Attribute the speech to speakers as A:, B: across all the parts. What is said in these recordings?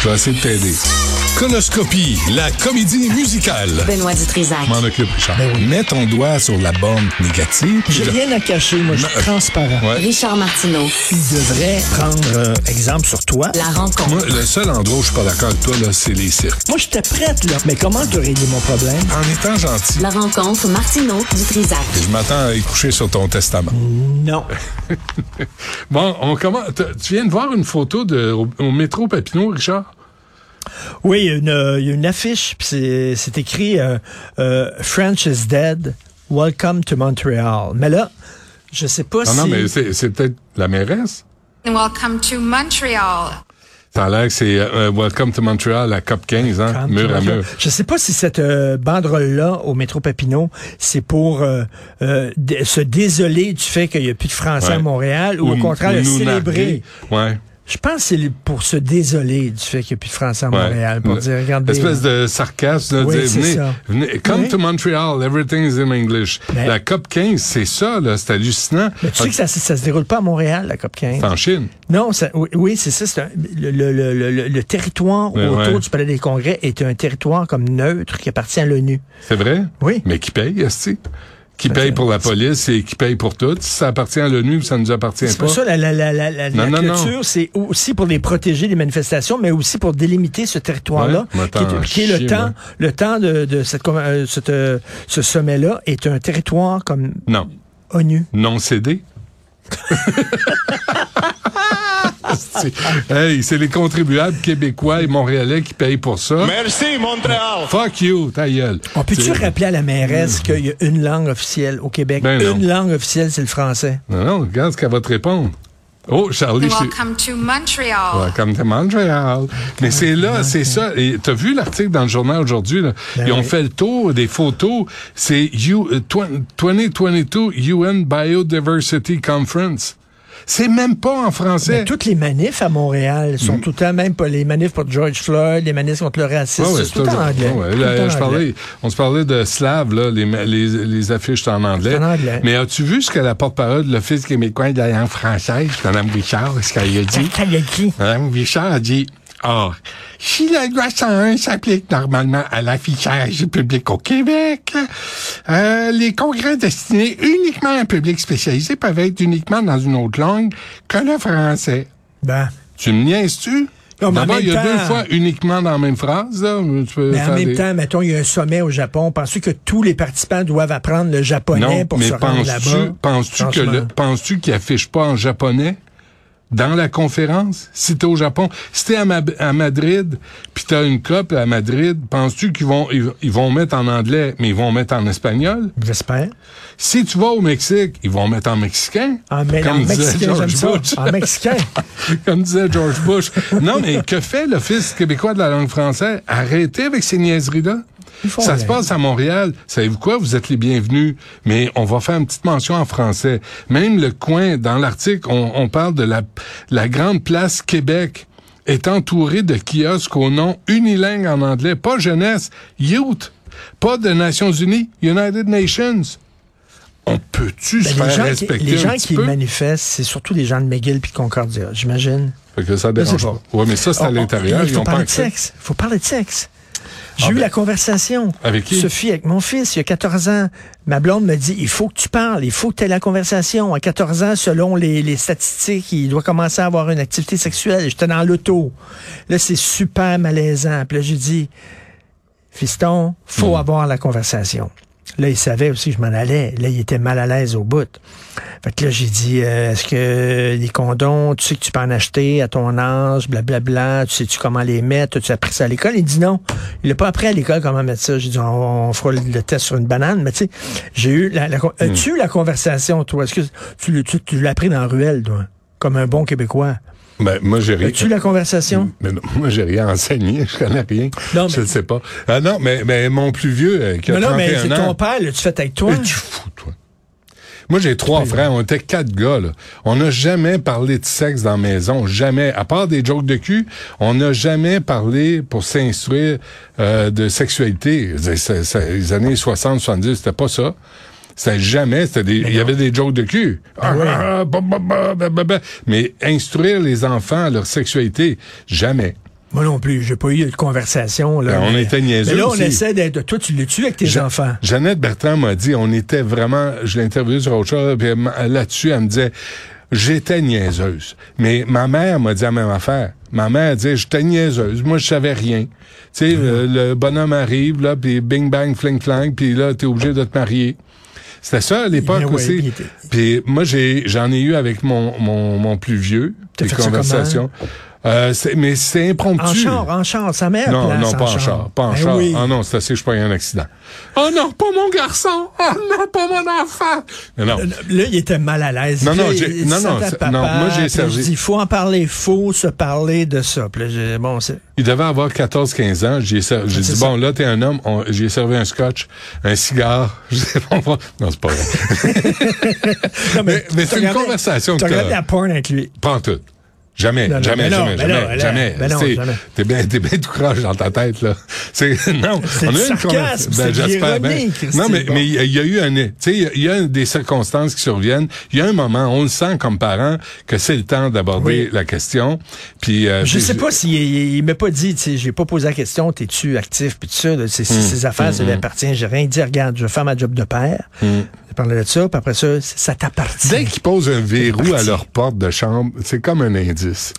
A: Je vais essayer de t'aider. Conoscopie, la comédie musicale.
B: Benoît Dutrisac.
A: M'en occupe, Richard.
C: Ben
A: Mets ton doigt sur la bande négative.
C: J'ai
A: puis là-
C: rien à cacher, moi, je suis transparent.
A: Ouais.
B: Richard Martineau.
C: Tu devrais prendre euh, exemple sur toi.
B: La rencontre.
A: Moi, le seul endroit où je suis pas d'accord avec toi, là, c'est les cirques.
C: Moi, j'étais prête, là. Mais comment te régler mon problème?
A: En étant gentil,
B: La rencontre Martineau-Dutrisac.
A: je m'attends à y coucher sur ton testament.
C: Non.
D: Bon, on commence. t- Tu viens de voir une photo de, au, au métro Papineau, Richard?
C: Oui, il y a une, euh, il y a une affiche, puis c'est c'est écrit euh, euh, French is dead, welcome to Montreal. Mais là, je sais pas
D: Ah Non,
C: si...
D: non, mais c'est c'est peut-être la mairesse.
E: Welcome to Montreal.
D: Ça a l'air que c'est euh, Welcome to Montreal à COP 15, hein?
C: Trump,
D: Mur à
C: Trump.
D: mur.
C: Je sais pas si cette euh, banderole-là au métro Papineau, c'est pour euh, euh, dé- se désoler du fait qu'il n'y a plus de Français
D: Ouais.
C: à Montréal ou, au
D: Ou-
C: contraire
D: ou
C: le
D: nous
C: célébrer.
D: narguer. Ouais.
C: Je pense que c'est pour se désoler du fait qu'il n'y a plus de Français à
D: ouais.
C: Montréal, pour
D: Le-
C: dire, regardez. euh,
D: Espèce de sarcasme, de
C: Oui,
D: dire,
C: c'est
D: venez,
C: ça.
D: venez, come
C: Oui.
D: to Montreal, everything's in English.
C: Mais-
D: La COP 15, c'est ça, là, c'est hallucinant. Ah,
C: Mais tu sais que ça, ça se déroule pas à Montréal, la COP 15.
D: C'est en Chine.
C: Non, ça- oui, oui, c'est ça. c'est un- le, le- le- le- le territoire
D: Ouais,
C: autour
D: ouais.
C: du Palais des Congrès est un territoire comme neutre qui appartient à l'ONU.
D: C'est vrai?
C: Oui.
D: Mais qui paye, est Qui paye pour la police et qui paye pour tout? Si ça appartient à l'ONU, ça nous appartient
C: C'est
D: pas.
C: pour ça la, la, la, la, la-
D: Non,
C: la
D: non, non.
C: clôture, c'est aussi pour les protéger des manifestations, mais aussi pour délimiter ce territoire-là,
D: Ouais,
C: qui, est-
D: m'attends à
C: qui est le
D: chier,
C: temps,
D: moi.
C: le temps de, de cette, com- euh, cette, euh, ce sommet-là est un territoire comme
D: Non.
C: ONU.
D: Non cédé. C'est- hey, c'est les contribuables québécois et montréalais qui payent pour ça.
F: Merci, Montréal.
D: Fuck you, ta gueule.
C: On peut-tu
D: C'est-
C: Ah, rappeler à la mairesse qu'il y a une langue officielle au Québec?
D: Ben non.
C: une langue officielle, c'est le français.
D: Non, non, regarde ce qu'elle va te répondre. Oh, Charlie, c'est...
E: Welcome to Montreal.
D: Ouais, Comme de Montréal. Mais c'est là, c'est ça. Et t'as vu l'article dans le journal aujourd'hui, là?
C: Ben
D: Ils ont
C: oui.
D: fait le tour des photos. C'est U- euh, twen- 2022 UN Biodiversity Conference. C'est même pas en français.
A: Euh.
C: Mais toutes les manifs à Montréal
D: Mm.
C: sont tout le temps, même pas les manifs pour George Floyd, les manifs contre le racisme,
D: Ouais, ouais,
C: c'est tout le temps en
D: ça,
C: anglais.
D: ouais,
C: Tout le
D: là,
C: temps
D: je
C: en
D: parlais-
C: anglais.
D: on se parlait de slave, là, les, ma- les, les affiches en anglais.
C: en anglais.
D: Mais as-tu vu ce que la porte-parole de l'Office québécois de la langue française, Mme Richard, ce qu'elle a dit? Hein?
C: Ça, ça y est qui?
D: Mme Richard a dit, or, si la loi 101 s'applique normalement à l'affichage du public au Québec, euh, les congrès destinés uniquement à un public spécialisé peuvent être uniquement dans une autre langue que le français.
C: Ben.
D: Tu me niaises-tu?
C: Non, mais en
D: D'abord,
C: même
D: il y a
C: temps-
D: deux fois uniquement dans la même phrase. Là. Tu peux
C: Mais en
D: faire
C: même
D: des-
C: temps, mettons, il y a un sommet au Japon. Penses-tu que tous les participants doivent apprendre le japonais
D: non,
C: pour
D: mais
C: se rendre
D: penses-tu
C: là-bas?
D: penses-tu que
C: Franchement.
D: le, penses-tu qu'il affiche pas en japonais dans la conférence si t'es au Japon, si t'es à, Ma- à Madrid, puis t'as une COP à Madrid, penses-tu qu'ils vont ils, ils vont mettre en anglais, mais ils vont mettre en espagnol
C: J'espère.
D: Si tu vas au Mexique, ils vont mettre en mexicain.
C: En, me- Ah, en
D: comme disait
C: mexicain, j'aime
D: George
C: ça.
D: Bush.
C: En mexicain.
D: comme disait George Bush. Non, mais que fait l'Office québécois de la langue française? Arrêtez avec ces niaiseries-là.
C: Ils font
D: Ça se
C: rien.
D: passe à Montréal. Savez-vous quoi? Vous êtes les bienvenus. Mais on va faire une petite mention en français. Même le coin, dans l'article, on, on parle de la, la grande place Québec est entourée de kiosques au nom unilingue en anglais. Pas jeunesse, youth. Pas de Nations Unies, United Nations. On peut-tu se
C: Ben,
D: faire
C: les gens qui,
D: respecter
C: les
D: un
C: gens
D: petit
C: qui
D: peu?
C: manifestent, c'est surtout les gens de McGill puis de Concordia, j'imagine.
D: Fait que ça
C: Je sais
D: dérange
C: pas.
D: pas. Ouais, mais ça, c'est à
C: On- on-
D: l'intérieur.
C: Il
D: Ils
C: faut
D: ont pas
C: parler de
D: accès.
C: sexe. Il faut parler de sexe. J'ai
D: Ah
C: eu
D: ben.
C: la conversation.
D: Avec qui?
C: Sophie, avec mon fils, il y a 14 ans. Ma blonde me dit, il faut que tu parles, il faut que tu aies la conversation. À 14 ans, selon les, les statistiques, il doit commencer à avoir une activité sexuelle. J'étais dans l'auto. Là, c'est super malaisant. Puis là, j'ai dit, fiston, faut avoir la conversation. Là, il savait aussi que je m'en allais. Là, il était mal à l'aise au bout. Fait que là, j'ai dit, euh, est-ce que les condoms, tu sais que tu peux en acheter à ton âge, blablabla, tu sais-tu comment les mettre, tu as appris ça à l'école? Il dit non. Il n'a pas appris à l'école comment mettre ça. J'ai dit, on, on fera le- le test sur une banane, mais tu sais, j'ai eu la, la con- As-tu eu la conversation, toi? Est-ce que tu, l'as- tu- tu l'as appris dans la ruelle, toi? Comme un bon Québécois.
D: Ben, moi, j'ai rien.
C: As-tu eu la conversation?
D: Mais non, moi, j'ai rien enseigné. Je connais rien.
C: Non,
D: Je
C: mais-
D: ne sais pas. Ah non, mais, mais mon plus vieux, euh, qui a
C: Non, non, mais
D: 31
C: c'est
D: ans...
C: ton père, là, tu fais avec toi.
D: Mais tu fous, toi. Moi, j'ai trois frères. On était quatre gars, là. On n'a jamais parlé de sexe dans la maison. Jamais. À part des jokes de cul, on n'a jamais parlé pour s'instruire euh, de sexualité. Je veux dire, c'est- c'est- les années 60, 70, c'était pas ça. C'était jamais. C'était des, il y avait des jokes de cul. Ah,
C: ouais.
D: ah, ah, bah, bah, bah, bah, bah, bah. Mais instruire les enfants à leur sexualité, jamais.
C: Moi non plus, j'ai pas eu de conversation. Là,
D: Ben, on
C: Mais-
D: était niaiseux
C: Mais là, on
D: aussi.
C: essaie d'être. Toi, tu l'as tué avec tes
D: Je-
C: enfants.
D: Jeannette Bertrand m'a dit, on était vraiment, je l'ai interviewée sur autre chose, puis elle m'a- là-dessus, elle me disait, j'étais niaiseuse. Mais ma mère m'a dit la même affaire. Ma mère disait, j'étais niaiseuse. Moi, je savais rien. Tu
C: Mm-hmm.
D: sais, le, le bonhomme arrive, là, puis bing, bang, fling, flang, puis là, t'es obligé de te marier. C'était ça, à l'époque
C: Ben ouais,
D: aussi.
C: puis il était-
D: Puis moi, j'ai, j'en ai eu avec mon, mon, mon plus vieux,
C: T'as
D: des
C: fait ça
D: conversations. Euh, c'est- mais c'est impromptu.
C: En char, en char, ça mère.
D: Non,
C: place,
D: non, pas en char. Pas en
C: Ben
D: char.
C: oui.
D: Ah non, c'est assez, je pas eu un accident. Oh non, pas mon garçon. Oh non, pas mon enfant. Mais non.
C: Là, il était mal à l'aise.
D: Non,
C: Puis
D: non,
C: là,
D: j'ai-
C: il
D: non, non,
C: sentait
D: c'est-
C: papa,
D: non, moi, j'ai
C: puis
D: servi-
C: Je dis, faut en parler, faut se parler de ça. Puis là, j'ai- bon, c'est.
D: Il devait avoir 14, 15 ans. J'ai, ser- j'ai
C: C'est
D: dit,
C: ça.
D: bon, là, t'es un homme. On- J'ai servi un scotch, un cigare. J'ai dit, bon, bon. Non, c'est pas vrai.
C: Non,
D: Mais- mais c'est une conversation
C: Tu
D: que t'as-
C: regardes la porn avec lui.
D: Prends tout. Jamais,
C: Non, non, mais
D: jamais,
C: non, mais
D: jamais, jamais,
C: non, mais
D: jamais.
C: non,
D: C'est-
C: jamais.
D: T'es bien, t'es bien tout croche dans ta tête, là. C'est, non.
C: C'est
D: on
C: du
D: a eu une
C: sarcasme,
D: conver- Ben,
C: c'est de
D: j'espère bien.
C: l'ironie, Christy,
D: Non, mais,
C: bon.
D: mais il y a- il y a eu un, tu sais, il y a- il y a des circonstances qui surviennent. Il y a un moment, on le sent comme parent, que c'est le temps d'aborder
C: Oui.
D: la question. Puis, euh,
C: Je
D: puis-
C: sais pas s'il il, il m'a pas dit, tu sais, j'ai pas posé la question, t'es-tu actif, puis tout ça, là, c'est- c'est
D: Hmm.
C: ses affaires, ça lui appartient, j'ai rien dit, regarde, je vais faire ma job de père. Je parlais de ça, puis après ça, c'est- ça t'appartient.
D: Hmm. Dès qu'ils posent un verrou à
C: parti.
D: leur porte de chambre, c'est comme un indice.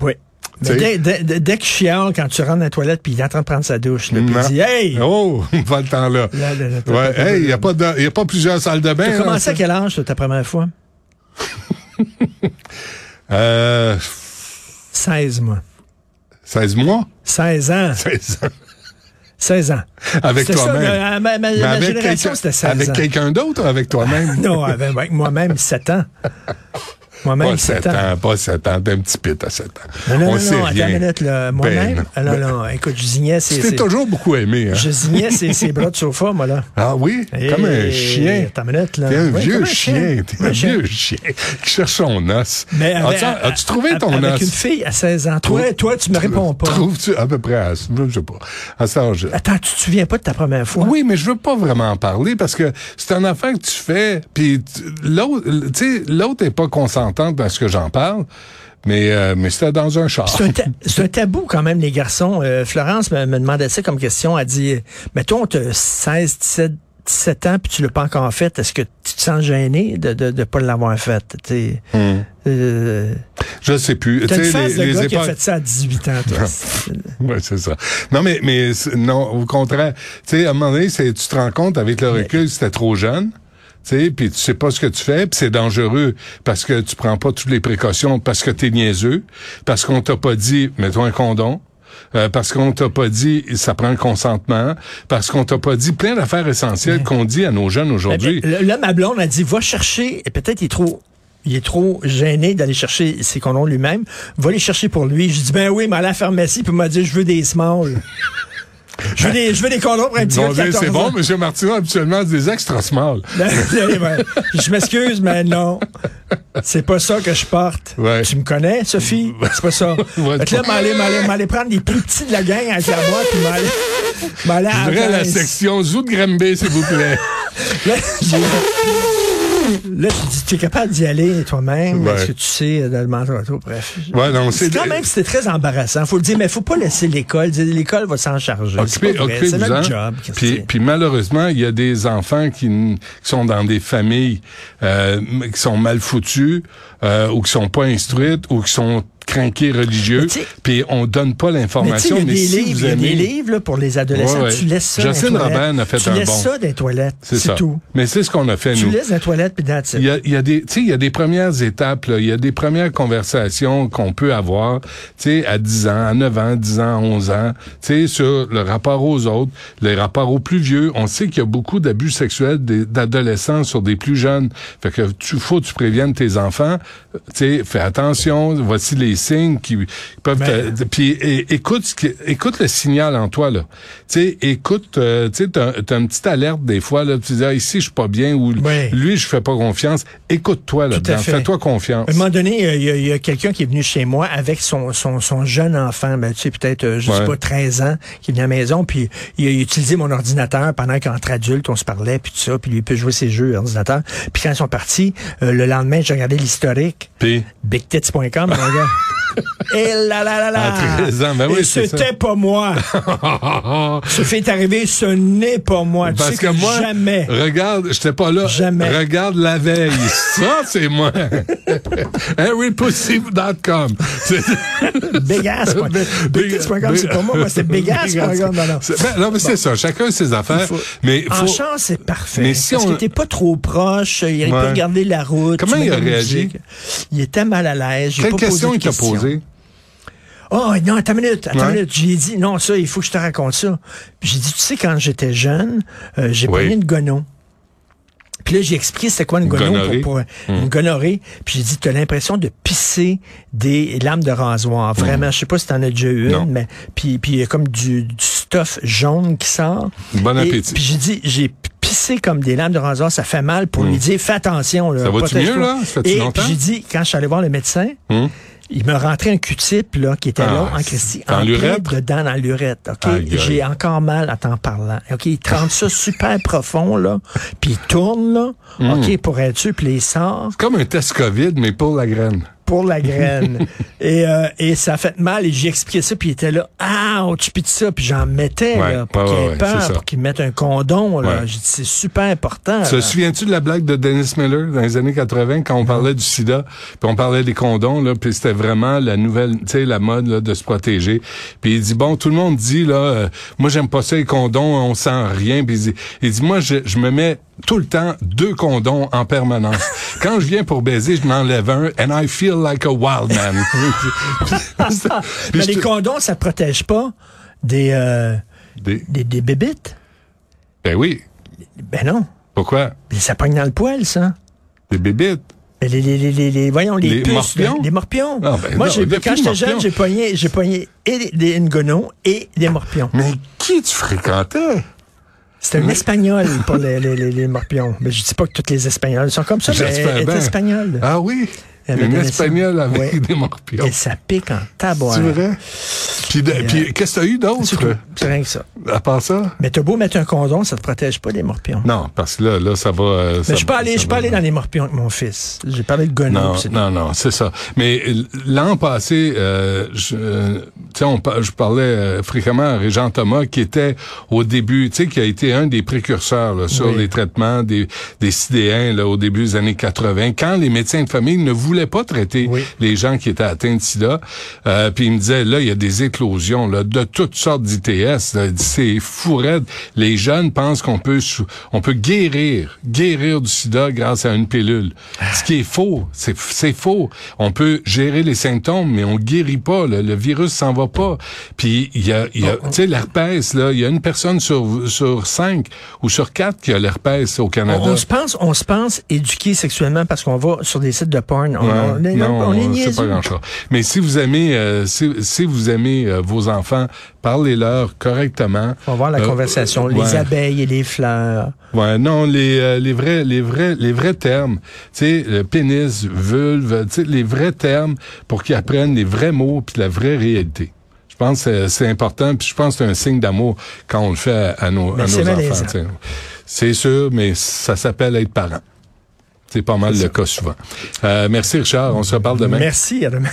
C: Oui. Mais
D: Tu
C: dès,
D: sais.
C: dès, dès- dès qu'il chiale quand tu rentres dans la toilette, puis il est en train de prendre sa douche, là, puis il
D: Non.
C: dit, hey!
D: Oh, pas le temps là.
C: Là, là, là, là, là,
D: Ouais,
C: là,
D: hey, il
C: là,
D: n'y a, pas de- y a pas plusieurs salles de bain.
C: T'as
D: là,
C: commencé
D: ça.
C: à quel âge, toi, ta première fois?
D: Euh,
C: 16, moi.
D: 16 mois?
C: 16 ans.
D: 16 ans.
C: 16 ans.
D: Avec
C: C'est ça,
D: toi-même.
C: le- ma- ma- ma
D: Mais avec
C: Euh, génération,
D: quelqu'un-
C: c'était 16
D: Avec
C: ans.
D: quelqu'un d'autre ou avec toi-même?
C: Non, avec, avec moi-même, 7 ans. Moi-même,
D: Pas
C: 7
D: 7
C: ans.
D: ans, pas 7 ans. T'es un petit pit à 7 ans.
C: Non, non,
D: On
C: non,
D: sait
C: non, attends
D: rien.
C: une minute, là.
D: Ben,
C: Moi-même?
D: non.
C: ah, non, non, écoute, je zignais ses,
D: Tu
C: ses-
D: t'es toujours beaucoup aimé, hein?
C: je zignais ses, ses bras de sofa, moi, là.
D: Ah oui?
C: Et-
D: Comme un chien.
C: Attends une minute, là.
D: T'es un
C: Oui,
D: vieux
C: comme un
D: chien.
C: chien.
D: T'es
C: Comme
D: un
C: un chien.
D: vieux chien qui cherche son os.
C: Mais avec-
D: As-tu- As-tu trouvé
C: avec-
D: ton os?
C: Avec une fille à 16 ans. Toi,
D: Trou-
C: toi tu me
D: Trou-
C: réponds pas.
D: Trouves-tu à peu près à, je sais pas, à cet âge
C: Attends, tu te souviens pas de ta première fois?
D: Oui, mais je veux pas vraiment en parler parce que c'est une affaire que tu fais, puis tu- l'autre, tu sais, l'autre est pas consentante dans ce que j'en parle, mais euh, mais c'était dans un char.
C: C'est un, ta- c'est un tabou quand même, les garçons. Euh, Florence me, me demandait ça comme question. Elle dit, euh, mettons, tu 16, 17, 17 ans, puis tu l'as pas encore fait. Est-ce que tu te sens gêné de ne de, de pas l'avoir fait? Tu sais, euh,
D: Je sais plus. Hmm. Tu
C: t'as une
D: sais,
C: phase de gars qui a
D: époques-
C: fait ça à 18 ans. toi.
D: Ouais, c'est ça. Non, mais, mais c'est- non, au contraire, tu sais, à un moment donné, c'est- tu te rends compte avec le recul, c'était trop jeune. Tu sais, puis tu sais pas ce que tu fais, puis c'est dangereux parce que tu prends pas toutes les précautions, parce que t'es niaiseux, parce qu'on t'a pas dit, mets-toi un condom, euh, parce qu'on t'a pas dit, ça prend un consentement, parce qu'on t'a pas dit plein d'affaires essentielles qu'on dit à nos jeunes aujourd'hui.
C: Ben, ben, Là, ma blonde a dit, va chercher, et peut-être il est trop... Il est trop gêné d'aller chercher ses condoms lui-même. Va les chercher pour lui. Je dis, ben oui, mais à la pharmacie, puis il m'a dit, je veux des smalls. Je veux des, je veux des condoms pour un petit
D: Ils vont
C: gars de
D: dire,
C: 14
D: c'est
C: ans.
D: bon, M. Martineau, habituellement, c'est des extra small.
C: Ben, ben, je m'excuse, mais non. C'est pas ça que je porte.
D: Ouais.
C: Tu me connais, Sophie? C'est pas ça.
D: Ouais,
C: Fait que là, m'aller, m'aller, m'aller prendre les plus petits de la gang avec la boîte, puis m'aller. M'aller à
D: Je dirais la
C: Reims.
D: section Zoo de Grimby, s'il vous plaît.
C: Là, je- là, je dis, tu es capable d'y aller toi-même,
D: Ouais.
C: est-ce que tu sais euh, de le mentor à toi? bref.
D: Ouais, non, c'est-
C: quand même, c'était très embarrassant. Faut le dire, mais faut pas laisser l'école. Dire, L'école va s'en charger. C'est
D: Occupez-
C: pas vrai, C'est
D: occupez-vous-en.
C: notre job.
D: Puis,
C: Christy.
D: puis malheureusement, il y a des enfants qui, n- qui sont dans des familles euh, m- qui sont mal foutues euh, ou qui sont pas instruites ou qui sont crainqués religieux.
C: Mais tu sais-
D: Puis on donne pas
C: Mais tu sais,
D: l'information.
C: il y a des
D: si
C: livres,
D: vous
C: il y a des
D: aimez-
C: livres là, pour les adolescents.
D: Ouais, ouais.
C: Tu laisses ça
D: Jacinthe
C: dans les
D: Robin
C: toilettes.
D: a fait
C: tu
D: un
C: laisses
D: bon.
C: ça dans les toilettes.
D: C'est ça.
C: tout.
D: Mais c'est ce qu'on a fait
C: Tu
D: nous.
C: laisses dans les toilettes, puis dans le
D: Il y a, il y a des, tu sais, il y a des premières étapes, là. il y a des premières conversations qu'on peut avoir, tu sais, à 10 ans, à 9 ans, 10 ans, 11 ans, tu sais, sur le rapport aux autres, les rapports aux plus vieux. On sait qu'il y a beaucoup d'abus sexuels des- d'adolescents sur des plus jeunes. Fait que tu, faut que tu préviennes tes enfants, tu sais, fais attention, voici les signes qui peuvent
C: Mais-
D: te- puis é- écoute ce qui- écoute le signal en toi là. Tu sais, écoute, euh, tu sais, t'as, t'as une petite alerte des fois là, tu dis ah, ici je suis pas bien ou
C: Ouais.
D: lui, je fais pas confiance. Écoute-toi là-dedans.
C: fait.
D: Fais-toi confiance.
C: Ben. À un moment donné, euh, il y a- il y a, quelqu'un qui est venu chez moi avec son, son, son jeune enfant, ben, tu sais, peut-être, euh, je
D: Ouais.
C: sais pas, 13 ans, qui est venu à la maison, puis il a utilisé mon ordinateur pendant qu'entre adultes, on se parlait, puis tout ça, puis lui, il peut jouer ses jeux à ordinateur. Puis quand ils sont partis, euh, le lendemain, j'ai regardé l'historique,
D: Puis,
C: bigtits.com, mon gars. Et là là là là.
D: À 13 ans, ben oui,
C: Et
D: c'est ça.
C: c'était pas moi. Ce fait arrivé, ce n'est pas moi. Tu
D: Parce
C: sais
D: que moi,
C: jamais.
D: regarde, j'étais pas là.
C: Jamais.
D: Regarde la veille. Ça, c'est moi. HarryPossible.com. C'est-
C: Bégas. point-
D: Bé-
C: Bégas.com, c'est
D: Bé-
C: pas moi, moi, c'est Bégas.
D: Bégas.
C: point com. Non, non.
D: C'est- ben, non, mais c'est ça. Chacun ses affaires. Mais
C: En
D: faut-
C: chant, c'est parfait.
D: Mais si
C: Parce
D: on-
C: qu'il était pas trop proche, il n'aurait
D: Ouais.
C: pas regardé la route.
D: Comment
C: tu mets
D: il a
C: de la
D: réagi?
C: musique. Il était mal à l'aise. j'ai
D: quelle
C: pas posé
D: question
C: de
D: il t'a
C: questions.
D: posée?
C: Oh non, attends une minute, attends une
D: Ouais.
C: minute. J'ai dit, non, ça, il faut que je te raconte ça. Puis j'ai dit, tu sais, quand j'étais jeune, euh, j'ai
D: Oui.
C: pogné une gonon. Puis là, j'ai expliqué c'était quoi une gonon
D: gonorrhée. Hmm.
C: pour, pour- une gonorrhée. Puis j'ai dit, t'as l'impression de pisser des lames de rasoir. Vraiment, je sais pas si t'en as déjà eu
D: Hmm. Non.
C: une, mais puis puis il y a comme du, du stuff jaune qui sort.
D: Bon
C: Et-
D: appétit.
C: Puis j'ai dit, j'ai pissé comme des lames de rasoir, ça fait mal pour lui dire, fais attention. Là,
D: Hmm. Ça va-tu
C: protège-toi.
D: mieux, là? Ça fait-tu
C: Et puis
D: longtemps?
C: j'ai dit, quand je suis allé voir le médecin, il me rentrait un q-tip là, qui était
D: Hmm? Ah,
C: long en Christie,
D: dans
C: en
D: l'urètre?
C: plein dedans dans l'urette. OK?
D: Aïe, aïe.
C: J'ai encore mal à t'en parlant. OK? Il te rentre ça super profond, là, puis il tourne, là,
D: Hmm.
C: OK, pour être sûr, puis il sort
D: Comme un test COVID, mais pour la graine.
C: pour la graine. et, euh, et ça a fait mal, et j'ai expliqué ça, puis il était là, ah, tu pites ça, puis j'en mettais,
D: Ouais,
C: là, pour
D: ouais,
C: qu'il ait
D: ouais, c'est
C: peur,
D: ça.
C: pour qu'il mette un condom, là.
D: Ouais.
C: J'ai dit, c'est super important.
D: Te
C: là.
D: souviens-tu de la blague de Dennis Miller dans les années 80 quand on parlait du sida, puis on parlait des condoms là, puis c'était vraiment la nouvelle, tu sais la mode là, de se protéger. Puis il dit bon, tout le monde dit là euh, moi j'aime pas ça les condoms, on sent rien, puis il dit, il dit moi je, je me mets tout le temps deux condoms en permanence. Quand je viens pour baiser, je m'enlève un and I feel like a wild man. Puis
C: Mais
D: je
C: les
D: te-
C: condoms, ça protège pas des, euh,
D: Des-
C: des, des bébites?
D: Ben oui,
C: Ben non.
D: pourquoi
C: Mais ça pogne dans le poil, ça.
D: des bébites
C: Mais Les, les, les, les, les- voyons, les,
D: Les
C: puces,
D: morpions?
C: là, Les morpions.
D: Ah, ben
C: Moi,
D: non,
C: j'ai-
D: depuis
C: quand
D: le
C: j'étais
D: morpion.
C: jeune, j'ai pogné, j'ai pogné et des, des gonon et des morpions.
D: Mais qui tu fréquentais
C: C'était un espagnol pour les, les, les, les morpions. Mais je dis pas que toutes les espagnols sont comme ça, mais
D: J'espère
C: elle est
D: bien.
C: espagnole.
D: Ah oui.
C: Elle avait
D: Une
C: donné ça.
D: espagnole avec
C: Ouais.
D: des morpions.
C: Et ça pique en tabac.
D: C'est vrai? Puis, de-
C: euh,
D: puis qu'est-ce que t'as eu
C: C'est
D: d'autre,
C: tout. C'est rien que ça.
D: à part ça?
C: Mais t'as beau mettre un condom, ça te protège pas des morpions.
D: Non, parce que là, là ça va... euh, ça
C: mais je suis
D: va-
C: pas allé,
D: ça
C: je suis
D: va-
C: pas allé dans les morpions avec mon fils. J'ai parlé de gonon.
D: Non,
C: pis c'est tout.
D: non, non, c'est ça. Mais euh, l'an passé, euh, je, euh, tu sais, on par- je parlais euh, fréquemment à Régent Thomas, qui était au début, tu sais, qui a été un des précurseurs là, sur
C: Oui.
D: les traitements des, des sidéens là, au début des années 80, quand les médecins de famille ne voulaient pas traiter
C: Oui.
D: les gens qui étaient atteints de sida. Euh, puis il me disait, là, il y a des éclosions là, de toutes sortes d'ITS. là. Il dit, C'est fou raide. Les jeunes pensent qu'on peut sou- on peut guérir, guérir du sida grâce à une pilule. Ce qui est faux. C'est f- c'est faux. On peut gérer les symptômes, mais on guérit pas. là. Le virus s'en va pas. Puis il y a, il y a tu sais, l'herpès, là, il y a une personne sur, sur cinq ou sur quatre qui a l'herpès au Canada.
C: On, on se pense, on se pense éduqué sexuellement parce qu'on va sur des sites de porn. On,
D: Ouais,
C: on est-
D: non, euh,
C: on est
D: c'est
C: niaiseux.
D: pas grand-chose. Mais si vous aimez, euh, si, si vous aimez euh, vos enfants, parlez-leur correctement.
C: On va voir la
D: Euh,
C: conversation.
D: euh,
C: les
D: ouais.
C: abeilles et les fleurs.
D: Ouais, non, les, euh, les vrais, les vrais, les vrais termes. Tu sais, le pénis, vulve, tu sais, les vrais termes pour qu'ils apprennent les vrais mots puis la vraie réalité. Je pense que c'est- c'est important, puis je pense que c'est un signe d'amour quand on le fait à, à nos,
C: Mais
D: à nos
C: c'est
D: enfants.
C: malaisant.
D: tu sais. C'est sûr, mais ça s'appelle être parent. C'est pas mal le cas souvent. Euh, merci Richard, on se reparle demain.
C: Merci, à demain.